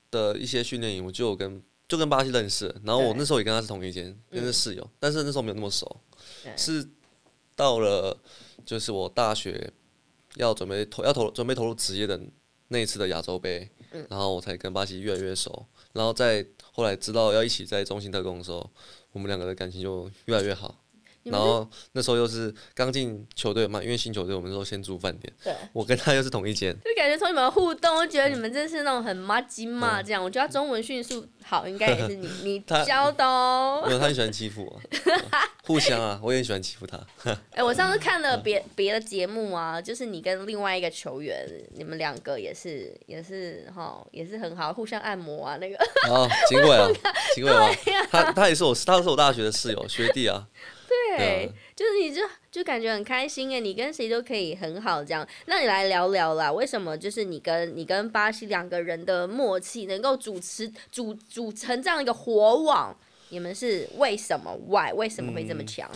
的一些训练营，我就有跟就跟巴西认识了，然后我
对嗯
那时候也跟他是同一间，跟是室友，但是那时候没有那么熟
对，
是到了就是我大学要准备投要投准备投入职业的那一次的亚洲杯，
嗯
然后我才跟巴西越来越熟，然后再后来知道要一起在中信特工的时候，我们两个的感情就越来越好。
你们
然后那时候又是刚进球队嘛，因为新球队，我们那时候先住饭店，
对，
我跟他又是同一间，
就感觉从你们的互动，我觉得你们真是那种很妈鸡嘛这样。我觉得他中文迅速好，应该也是你你
他
教的哦。
没有，他很喜欢欺负我，互相啊，我也很喜欢欺负他。
哎、我上次看了别别的节目啊，就是你跟另外一个球员，你们两个也是也是哈，也是很好，互相按摩啊那个。
然后秦伟啊，秦伟啊，他他也是我，他是我大学的室友学弟啊。
对
嗯，
就是你就就感觉很开心哎，你跟谁都可以很好这样。那你来聊聊啦，为什么就是你跟你跟巴西两个人的默契能够主持组组成这样一个火网？你们是为什么 why 为什么会这么强？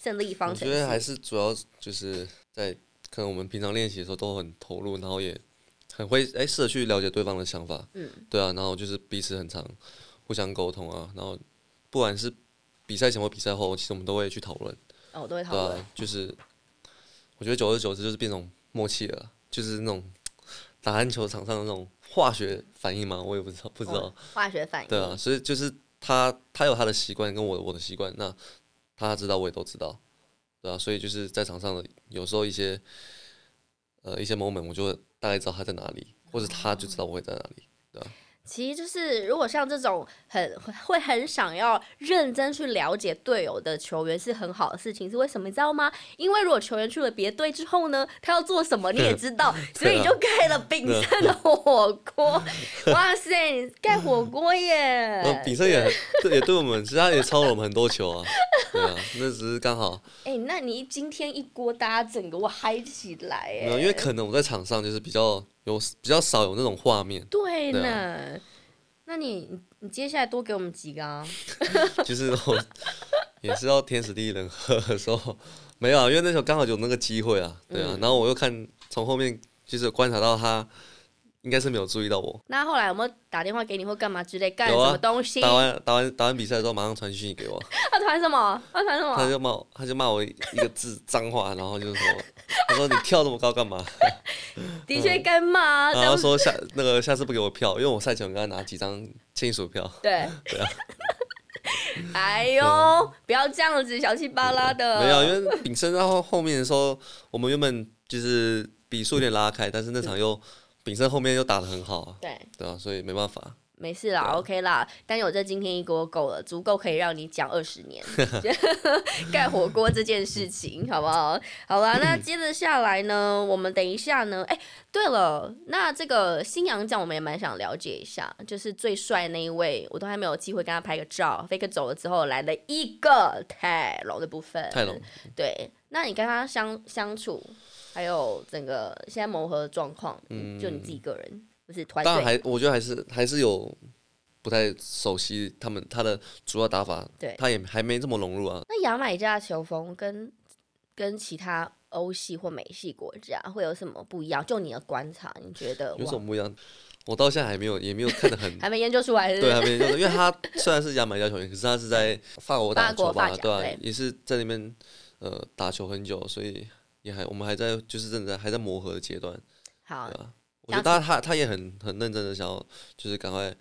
胜利方
嗯我
程
觉得还
式
是主要就是在可能我们平常练习的时候都很投入，然后也很会哎试着去了解对方的想法。
嗯，
对啊，然后就是彼此很常互相沟通啊，然后不管是比赛前或比赛后，其实我们都会去讨论。
哦，我都会讨
对
论
啊。，就是我觉得久而久之就是变成默契了啦，就是那种打篮球场上的那种化学反应嘛，我也不知道不知道。
哦化学反应。
对啊，所以就是他他有他的习惯，跟我我的习惯，那他知道我也都知道，对啊，所以就是在场上的有时候一些呃一些 moment，我就会大概知道他在哪里，或者他就知道我会在哪里，对啊，
其实就是，如果像这种很会很想要认真去了解队友的球员是很好的事情，是为什么你知道吗？因为如果球员去了别队之后呢，他要做什么
嗯
你也知道，所
啊
以你就盖了丙胜的火 锅。哇塞，你盖火锅耶！
那呃比赛也很对也对我们，其实他也超了我们很多球啊，对啊，那只是刚好，
哎、那你今天一锅，大家整个我嗨起来
没有
哎。
因为可能我在场上就是比较有比较少有那种画面，
对
对啊
呢，那你你你接下来多给我们几个啊？
就是我也是要天时地利人和的时候，没有、啊，因为那时候刚好有那个机会啊，对啊，然后我又看从后面就是观察到他应该是没有注意到我，
那后来有没有打电话给你或干嘛之类干什
有啊
么东西？
打完打完打完比赛之后马上传讯息给我，
他传什么？他传什么？
他就骂我他就骂我一个字脏话，然后就说 他说你跳那么高干嘛，
的
嗯
确该骂啊，
然后
但是
说下那个下次不给我票，因为我赛前我跟他拿几张签署票，
对，
对啊，
哎呦，不要这样子，小气巴拉的。
没有，因为丙申到后面的时候，我们原本就是比数有点拉开，但是那场又丙申后面又打得很好啊。
对，
对啊，所以没办法。
没事
啊
啦，OK 啦。但有这今天一锅够了，足够可以让你讲二十 年盖火锅这件事情，好不好？好 啦，那接着下来呢，我们等一下呢，哎，对了，那这个新洋将我们也蛮想了解一下，就是最帅那一位，我都还没有机会跟他拍个照。飞哥走了之后，来了一个泰隆的部分，
泰隆，
对，那你跟他相相处，还有整个现在磨合的状况，嗯，就你自己个人，不是团
当
队，
然还我觉得还是还是有不太熟悉他们他的主要打法，
对
他也还没这么融入啊。
那牙买加的球风跟跟其他欧系或美系国家会有什么不一样？就你的观察，你觉得
有什
哇，
么不一样？我到现在还没有也没有看得 很
还没研究出来是不
对，啊
是？
还没有，因为他虽然是牙买加球员，可是他是在法国打
法国
球
法
吧，
甲
对啊
对，
也是在那边呃打球很久，所以也还我们还在就是正在还在磨合的阶段。
好，
我觉得他他他也很很认真的想要就是赶快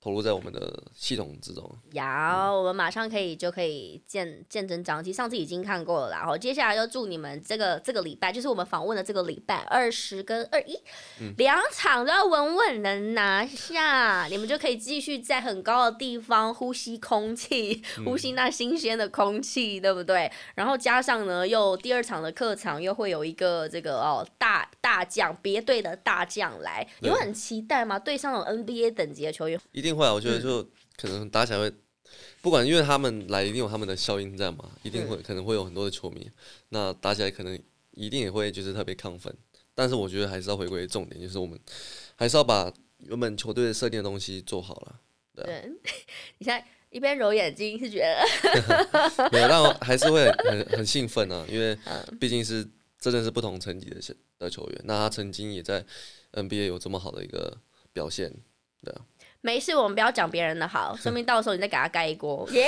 投入在我们的系统之中。
有，我们马上可以就可以见见真章。其实上次已经看过了啦，然后接下来就祝你们这个这个礼拜，就是我们访问的这个礼拜二十跟二一、两场都要稳稳的拿下，你们就可以继续在很高的地方呼吸空气，呼吸那新鲜的空气，对不对？然后加上呢，又第二场的客场又会有一个这个哦大大将别队的大将来，你会
对
很期待吗？对上那种 NBA 等级的球员，
一定会啊！我觉得就可能打起来会，不管因为他们来一定有他们的效应在嘛，一定会可能会有很多的球迷，那打起来可能一定也会就是特别亢奋。但是我觉得还是要回归重点，就是我们还是要把原本球队的设定的东西做好了。
对， 你现在一边揉眼睛是觉得
没有，但我还是会很很兴奋啊，因为毕竟是真的是不同层级的球的球员，那他曾经也在 NBA 有这么好的一个表现，对啊，
没事，我们不要讲别人的好，说明到时候你再给他盖一锅，耶、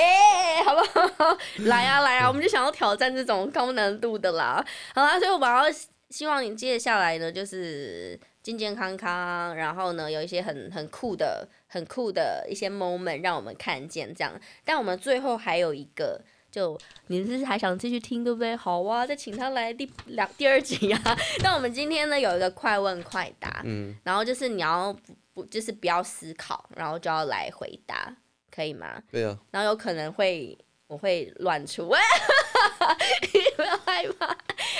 好不好？来啊来啊，我们就想要挑战这种高难度的啦。好啦，所以我们要希望你接下来呢，就是健健康康，然后呢有一些很很酷的、很酷的一些 moment 让我们看见这样。但我们最后还有一个。就你是还想继续听对不对？好啊，再请他来第两第二集啊。 那我们今天呢有一个快问快答，
嗯，
然后就是你要不不就是不要思考，然后就要来回答，可以吗？
对啊，
然后有可能会我会乱出， 喂，你不要害怕。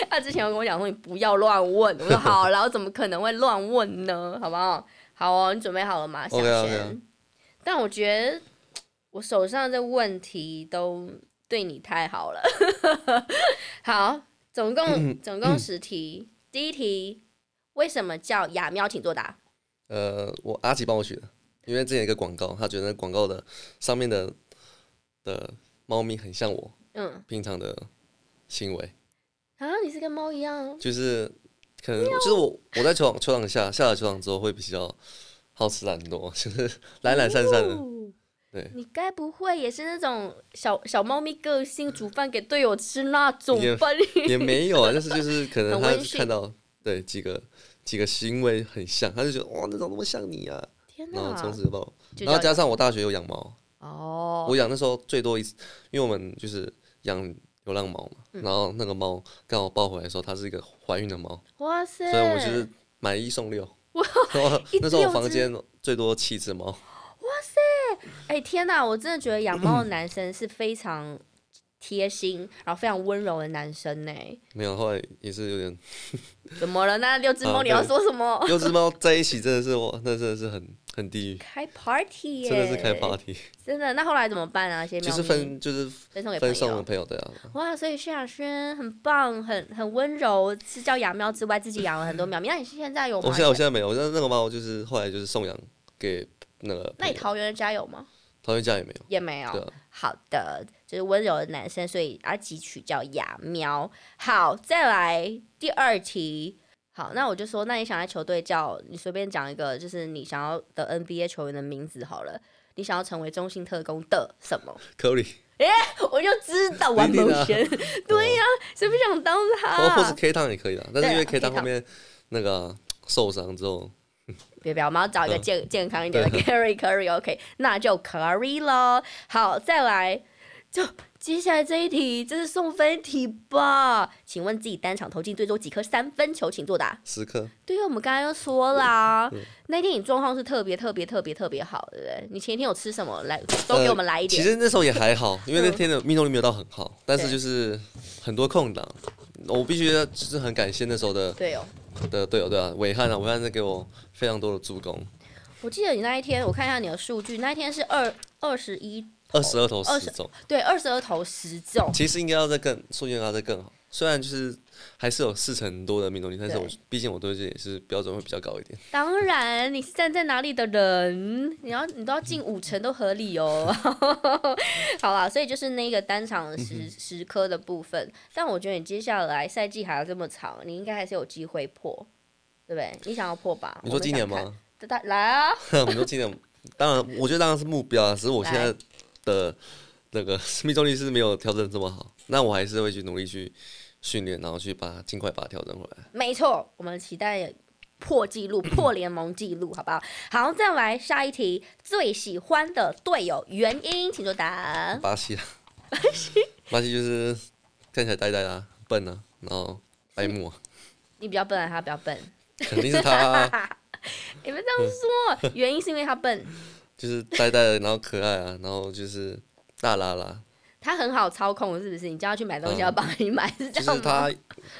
他之前有跟我讲说你不要乱问，我说好，然后怎么可能会乱问呢？好不好？好哦，你准备好了吗？小
OK，OK
轩但我觉得我手上的问题都对你太好了。 好，总共总共十题，第一题为什么叫雅喵？请作答。
呃，我阿奇帮我取的，因为之前有一个广告，他觉得那广告的上面的的猫咪很像我
嗯
平常的行为，
啊，你是跟猫一样，
就是可能就是我我在球场球场下下了球场之后会比较好吃懒惰，就是懒懒散散的，
哦
对，
你该不会也是那种小小猫咪个性，煮饭给队友吃那种
也
吧？
也没有 啊，但是就是可能
很
他
温驯
看到对几个几个行为很像，他就觉得哇，那种那么像你啊，
天
然后
哪！
从此就把我，
就
然后
叫
加上我大学有养猫，
哦，
我养那时候最多一次，因为我们就是养流浪猫嘛，
嗯
然后那个猫刚好抱回来的时候，它是一个怀孕的猫，
哇塞！
所以我就是买一送六。
哇
然后
一
那时候
六
我房
只
间最多七只猫，
哎、天哪！我真的觉得养猫的男生是非常贴心，然后非常温柔的男生呢。
没有，后来也是有点
怎么了？那六只
啊
猫你要
对
说什么？
六只猫在一起真的是我，那真的是很很地狱，
开 party 耶！
真的是开 party，
真的。那后来怎么办啊？先
就是分就是
分送给朋哦
分送的
友。
朋友对啊，
哇，所以谢雅轩很棒，很很温柔。是叫养喵之外，自己养了很多喵。那你现在有吗？
嗯我现在我现在没有，我现在那个猫就是后来就是送养给那个
那
朋
你
友
桃园的家有吗？
桃园家也没有，
也没有。
对啊，
好的，就是温柔的男生，所以要汲取叫雅喵。好，再来第二题。好，那我就说，那你想要球队叫你随便讲一个，就是你想要的 NBA 球员的名字好了。你想要成为中心特工的什么？
科里
我就知道王
林立
某
啊
轩，对呀、 谁不想当
哦，或
他
是？K 档也可以的，但是因为
对啊
K
，K
档
档
后面那个啊受伤之后，
别别，我们要找一个
嗯
健健康一点的 Curry Curry，OK，那就 Curry 咯。好，再来，就接下来这一题，这是送分题吧？请问自己单场投进最多几颗三分球，请作答。
时刻
对啊，我们刚刚就说啦，
嗯
那天你状况是特别特别特别特别好，对不对？你前一天有吃什么？来，都给我们来一
呃其
点。
实那时候也还好，因为那
嗯
天的命中率没有到很好，但是
对
就是很多空档，我必须要就是很感谢那时候的
对哦，
的队友，对啊，伟汉啊，伟汉是给我非常多的助攻，
我记得你那一天，我看一下你的数据，那一天是二二十一，
二十二投
20
十中，
对，二十二投十中，
其实应该要再更数据应该要再更好。虽然就是还是有四成多的命中率，但是我毕竟我对这也是标准会比较高一点。
当然，你是站在哪里的人，你要你都要进五成都合理哦。 好啦，所以就是那个单场
嗯
十十颗的部分，但我觉得你接下来赛季还要这么长，你应该还是有机会破，对不对？你想要破吧？
你说今年
我们
吗？
想看？大来啊！
你说今年，当然，我觉得当然是目标啊，只是我现在
来
的那个命中率是没有调整这么好，那我还是会去努力去训练，然后去把它尽快把它调整回来。
没错，我们期待破纪 录、破联盟纪录，好不好？好，再来下一题，最喜欢的队友原因，请作答。
巴西啊，巴西，巴西就是看起来呆呆啊，笨啊，然后白目、啊，
你比较笨，还是他比较笨？
肯定是他啊、
你们
嗯
这样说，原因是因为他笨。
就是呆呆的，然后可爱啊，然后就是大拉拉，
他很好操控，是不是？你叫他去买东西，
嗯
要帮你买，是这
就
样
是
吗？
他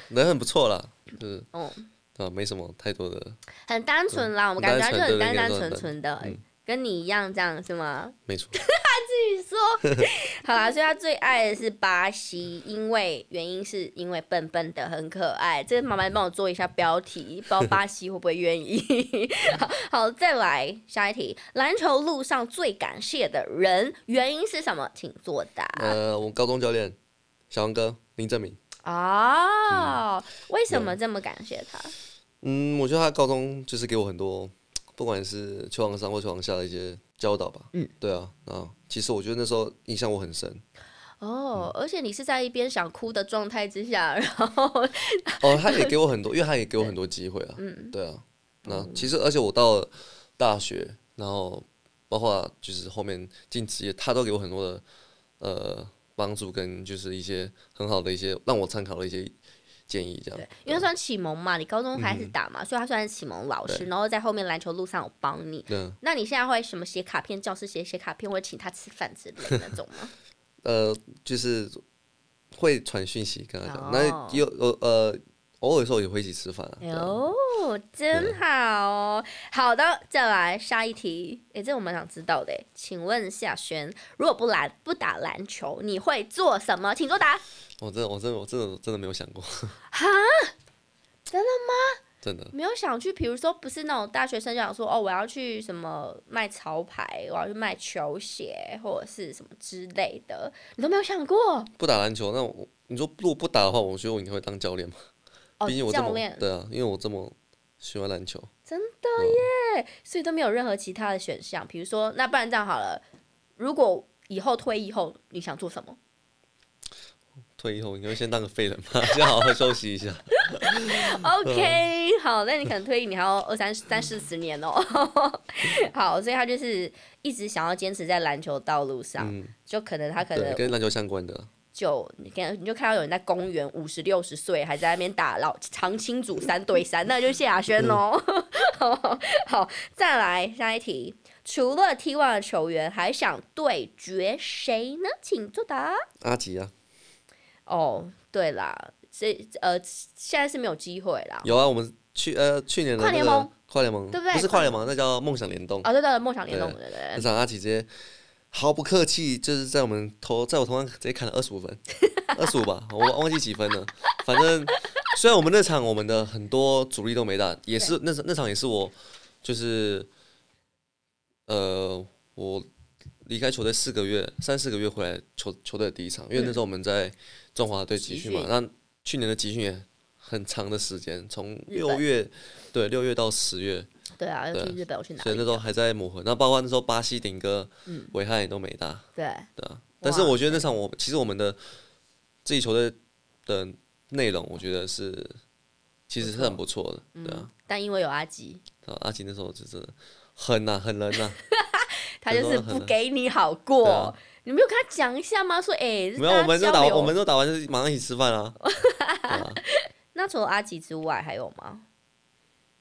人很不错啦，就是
哦，
啊，没什么太多的，
很单纯啦，我们
很
感觉他
单
就
纯
很
对
单
对
单
对
纯
对
纯的
嗯，
跟你一样这样是吗？
没错，
你说，好啦，所以他最爱的是巴西，因为原因是因为笨笨的很可爱。这个麻烦帮我做一下标题，不知道巴西会不会愿意。 好，好再来下一题，篮球路上最感谢的人，原因是什么？请作答。
呃，我高中教练小王哥林正明，
哦，为什么这么感谢他？
嗯，我觉得他高中就是给我很多，不管是球场上或球场下的一些教导吧，
嗯，
对啊，啊，其实我觉得那时候印象我很深，
哦，而且你是在一边想哭的状态之下， 然后
哦，他 也给我很多，因为他也给我很多机会啊。
嗯
对啊。
哦
那其实，而且我到了大学，然后包括就是后面进职业，他都给我很多的呃帮助跟就是一些很好的一些让我参考的一些建议，这样
对，因为算启蒙嘛，你高中开始打嘛，所以他算是启蒙老师，
对
然后在后面篮球路上有帮你。
嗯
那你现在会什么写卡片，教室写写卡片，或者请他吃饭之类的那种吗？
呃，就是会传讯息跟他讲，
哦
那也有呃偶尔的时候也会一起吃饭啊。对啊
哦，真好哦。好的，再来下一题。诶，这我蛮想知道的诶。请问夏轩，如果不篮不打篮球，你会做什么？请作答。
我真的我真的我真的真的没有想过，
哈，
真的
没有想去，比如说不是那种大学生想说哦，我要去什么卖潮牌，我要去卖球鞋或者是什么之类的，你都没有想过
不打篮球，那我你说如果不打的话，我觉得我应该会当教练吧。
哦，
毕竟我这
教
么
练，
对啊，因为我这么喜欢篮球，
真的耶，所以都没有任何其他的选项，比如说那不然这样好了，如果以后退役后你想做什么？
退后，你会先当个废人吗？ 先好好休息 一下。嗯
OK，好， 那你可能退役，你还要二三三 四十年哦。 好，所以他就是一直想要坚持在篮球道路上，
嗯，
就可能啊他可
对，
能
跟篮球相关的，
就你看你就看到有人在公园五十六十岁还在那边打老长青组三对三，那就是谢亚
嗯
轩哦。 好，再来下一题，除了 T1 的球员，还想对决谁呢？请作答。
阿吉啊，
哦，对啦，这呃现在是没有机会啦。
有啊，我们去呃去年的
跨
那
联
个
盟
跨联盟，
对不对
是跨联盟，那叫梦想联动。
哦，对对，梦想联动，
对
对对对
那。场阿吉直接毫不客气，就是在我们头在我头上直接砍了二十五分， 二十五吧，我忘忘记几分了。反正虽然我们那场我们的很多主力都没打，也是那那场也是我就是呃我离开球队四个月三四个月回来球球队的第一场，因为那时候我们在中华队集训嘛
集，
那去年的集训也很长的时间，从
日
六
本
月对六月到十月，
对啊，要
对
去日本，我去哪
所以
里？啊
那时候还在磨合。那包括那时候巴西顶哥
嗯，
危害都没打，
对，
对啊，但是
哇
我觉得那场我其实我们的自己球队的内容，我觉得是其实是很不错的，对啊。
但因为有阿吉，
对啊阿吉那时候就是狠呐、狠人呐、
他就是
很多
不
很
给你好
对
过
啊。
你没有跟他讲一下吗？说哎，
没有，
大家
我们就
交
打完，
流
我们就打完就是马上一起吃 饭啊。
那除了阿吉之外还有吗？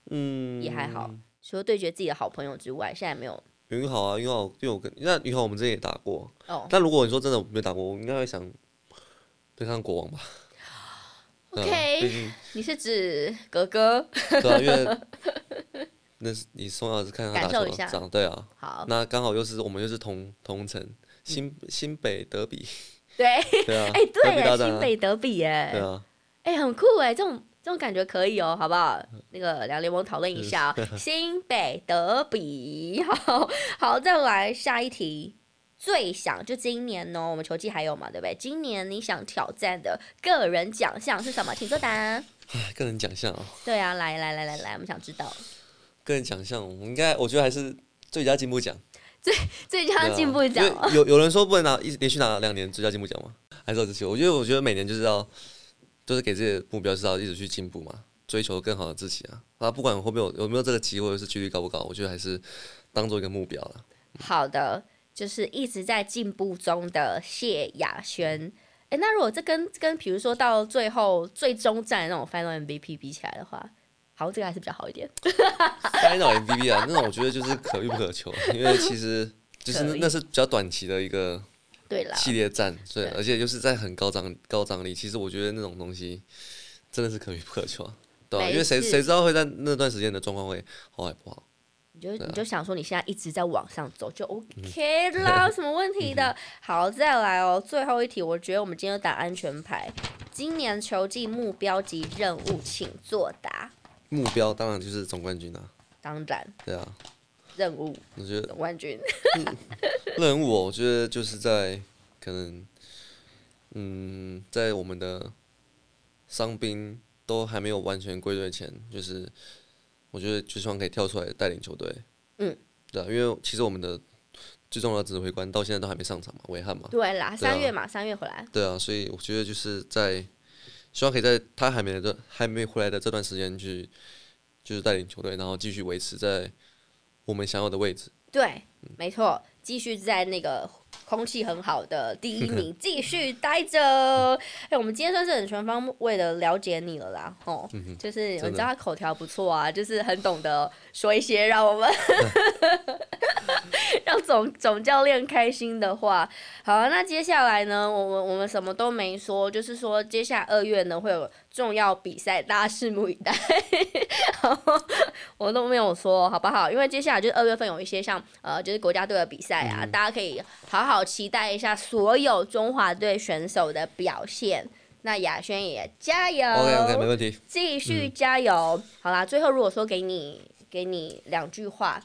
嗯，
也还好，除了对决自己的好朋友之外，现在没有
云豪啊，云豪，因为我跟那云豪我们之前也打过，
哦。
但如果你说真的没打过，我应该会想对抗国王吧。对啊
OK
毕竟
你是指格格？
对啊，因为那是你宋老师看他
感
打
受
球
一下
的长，对啊，
好，
那刚好又是我们又是同同城新新北德 比，
对，
对啊，
哎，
德
对
比
耶，
大战
新
啊，
北德比
对
耶，
啊，
哎，很酷哎，这种这种感觉可以哦，好不好？那个两联盟讨论一下哦，新北德比，好好，再来下一题。最想就今年哦，我们球季还有嘛，对不对？今年你想挑战的个人奖项是什么？请作答。
哎个人奖项啊，
对啊，来来来来来，我们想知道
个人奖项，我应该我觉得还是最佳进步奖，
最
对
佳
啊
进步哦奖
因。 为有有人说不能拿一连续拿两年最佳进步奖吗？还是要支持我？我觉得我觉得每年就是要，就是给自己的目标是要一直去进步嘛，追求更好的自己啊。那不管会不会有有没有这个机会，或者是几率高不高，我觉得还是当做一个目标了。
好的，就是一直在进步中的谢雅轩。诶，那如果这跟跟比如说到最后最终战那种 Final MVP 比起来的话，好像这个还是比较好一点。
Final MVP 啊，那种我觉得就是可遇不可求，因为 其实就是那
可以
那是比较短期的一个
对啦，
系列战，所以
对
而且又是在很高张高张力，其实我觉得那种东西真的是可遇不可求啊，对啊
没
因为谁
事
谁知道会在那段时间的状况会好还不好？
你就你就想说你现在一直在往上走就
嗯
OK 啦，有什么问题的？好，再来哦，最后一题，我觉得我们今天就打安全牌。今年球季目标及任务，请作答。
目标当然就是总冠军啊，
当然，
对啊，
任务
我觉得
总冠军。
任务、哦，我觉得就是在可能，嗯，在我们的伤兵都还没有完全归队前，就是我觉得就希望可以跳出来带领球队。
嗯，
对啊，因为其实我们的最重要的指挥官到现在都还没上场嘛，维汉嘛。
对啦，
对啊
三月嘛，三月回来。
对啊，所以我觉得就是在希望可以在他还没的还没回来的这段时间去，就是带领球队，然后继续维持在我们想要的位置。
对，没错，继续在那个空气很好的第一 名继续待着。哎、我们今天算是很全方位的了解你了啦，吼，就是我
嗯真的
知道他口条不错啊，就是很懂得说一些让我 们 让总总教练开心的话。好、啊，那接下来呢，我们我们什么都没说，就是说接下来二月呢会有重要比赛，大家拭目以待。 我都没有说，好不好？因为接下来就是二月份有一些像呃，就是国家队的比赛啊，
嗯
大家可以好好期待一下所有中华队选手的表现。那雅轩也加油
OK OK，没问题。
继续
嗯
加油。好啦，最后如果说给你给你两句话，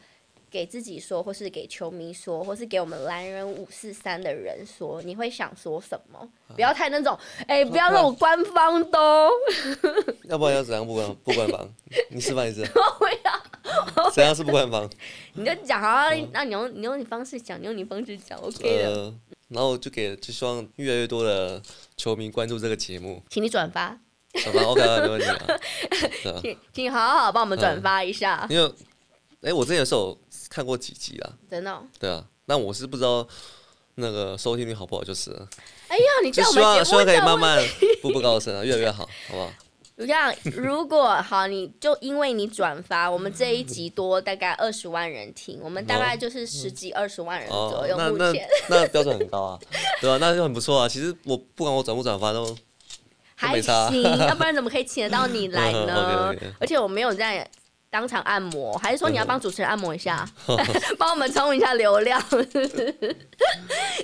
给自己说，或是给球迷说，或是给我们蓝人五四三的人说，你会想说什么？
啊
不要太那种，哎、不要那种官方 的哦，
要不然要怎样不管不管榜？你示范一次。
不要。
怎样是不 官方？
你就讲啊，那你用你用你方式讲，你用你方式讲，OK 的。
嗯呃，然后就给就希望越来越多的球迷关注这个节目，
请你转发，
好吧？OK，没问 题啊。对啊
请请好好帮我们转
嗯
发一下，
因为，哎、我之前是有看过几集啊，
真的哦。
对啊，但我是不知道那个收听率好不好，就是了
哎呀，你
就
在我
希
们节
望希
目
望可以
上
慢慢步步高升啊，越来越好，好不好？
我这样，如果好，你就因为你转发我们这一集多大概二十万人听，我们大概就是十几二十万人左
哦，
右。
那
目
那
前
那标准很高啊，对啊，那就很不错啊。其实我不管我转不转发都
还
没差
行，要不然怎么可以请得到你来呢
OK，OK？
而且我没有在当场按摩，还是说你要帮主持人按摩一下， 帮我们冲一下流量？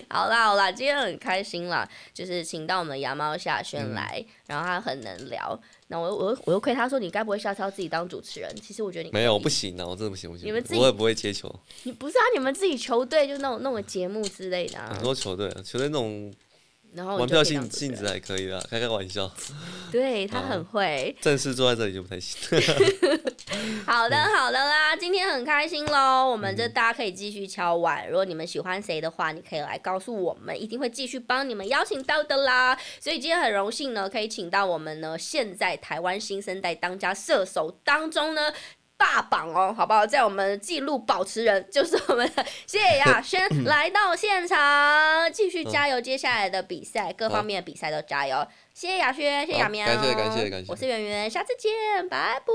好啦好啦，今天很开心啦，就是请到我们的羊毛夏轩来，然后他很能聊。那我又我又我又亏他说你该不会下次要自己当主持人？其实我觉得你
没有，不
行。
行啊，我真的不行不行，
你们自己
我也不会接球，
你不是啊？你们自己球队就弄弄个节目之类的、啊
很，多球队啊，球队那种
然后
玩
你哦就可
票
以
性
当主持
性
人
质啊还可以啦，开开玩笑，
对他很会。
正式坐在这里就不太行。
好的，好的啦，今天很开心喽。我们这大家可以继续敲碗，如果你们喜欢谁的话，你可以来告诉我们，一定会继续帮你们邀请到的啦。所以今天很荣幸呢，可以请到我们呢现在台湾新生代当家射手当中呢。霸榜哦，好不好？在我们记录保持人就是我们的谢亚轩来到现场，继续加油接下来的比赛，各方面的比赛都加油。谢谢亚轩，谢谢
好
亚苗，
感谢感谢感谢
我是圆圆，下次见，拜拜。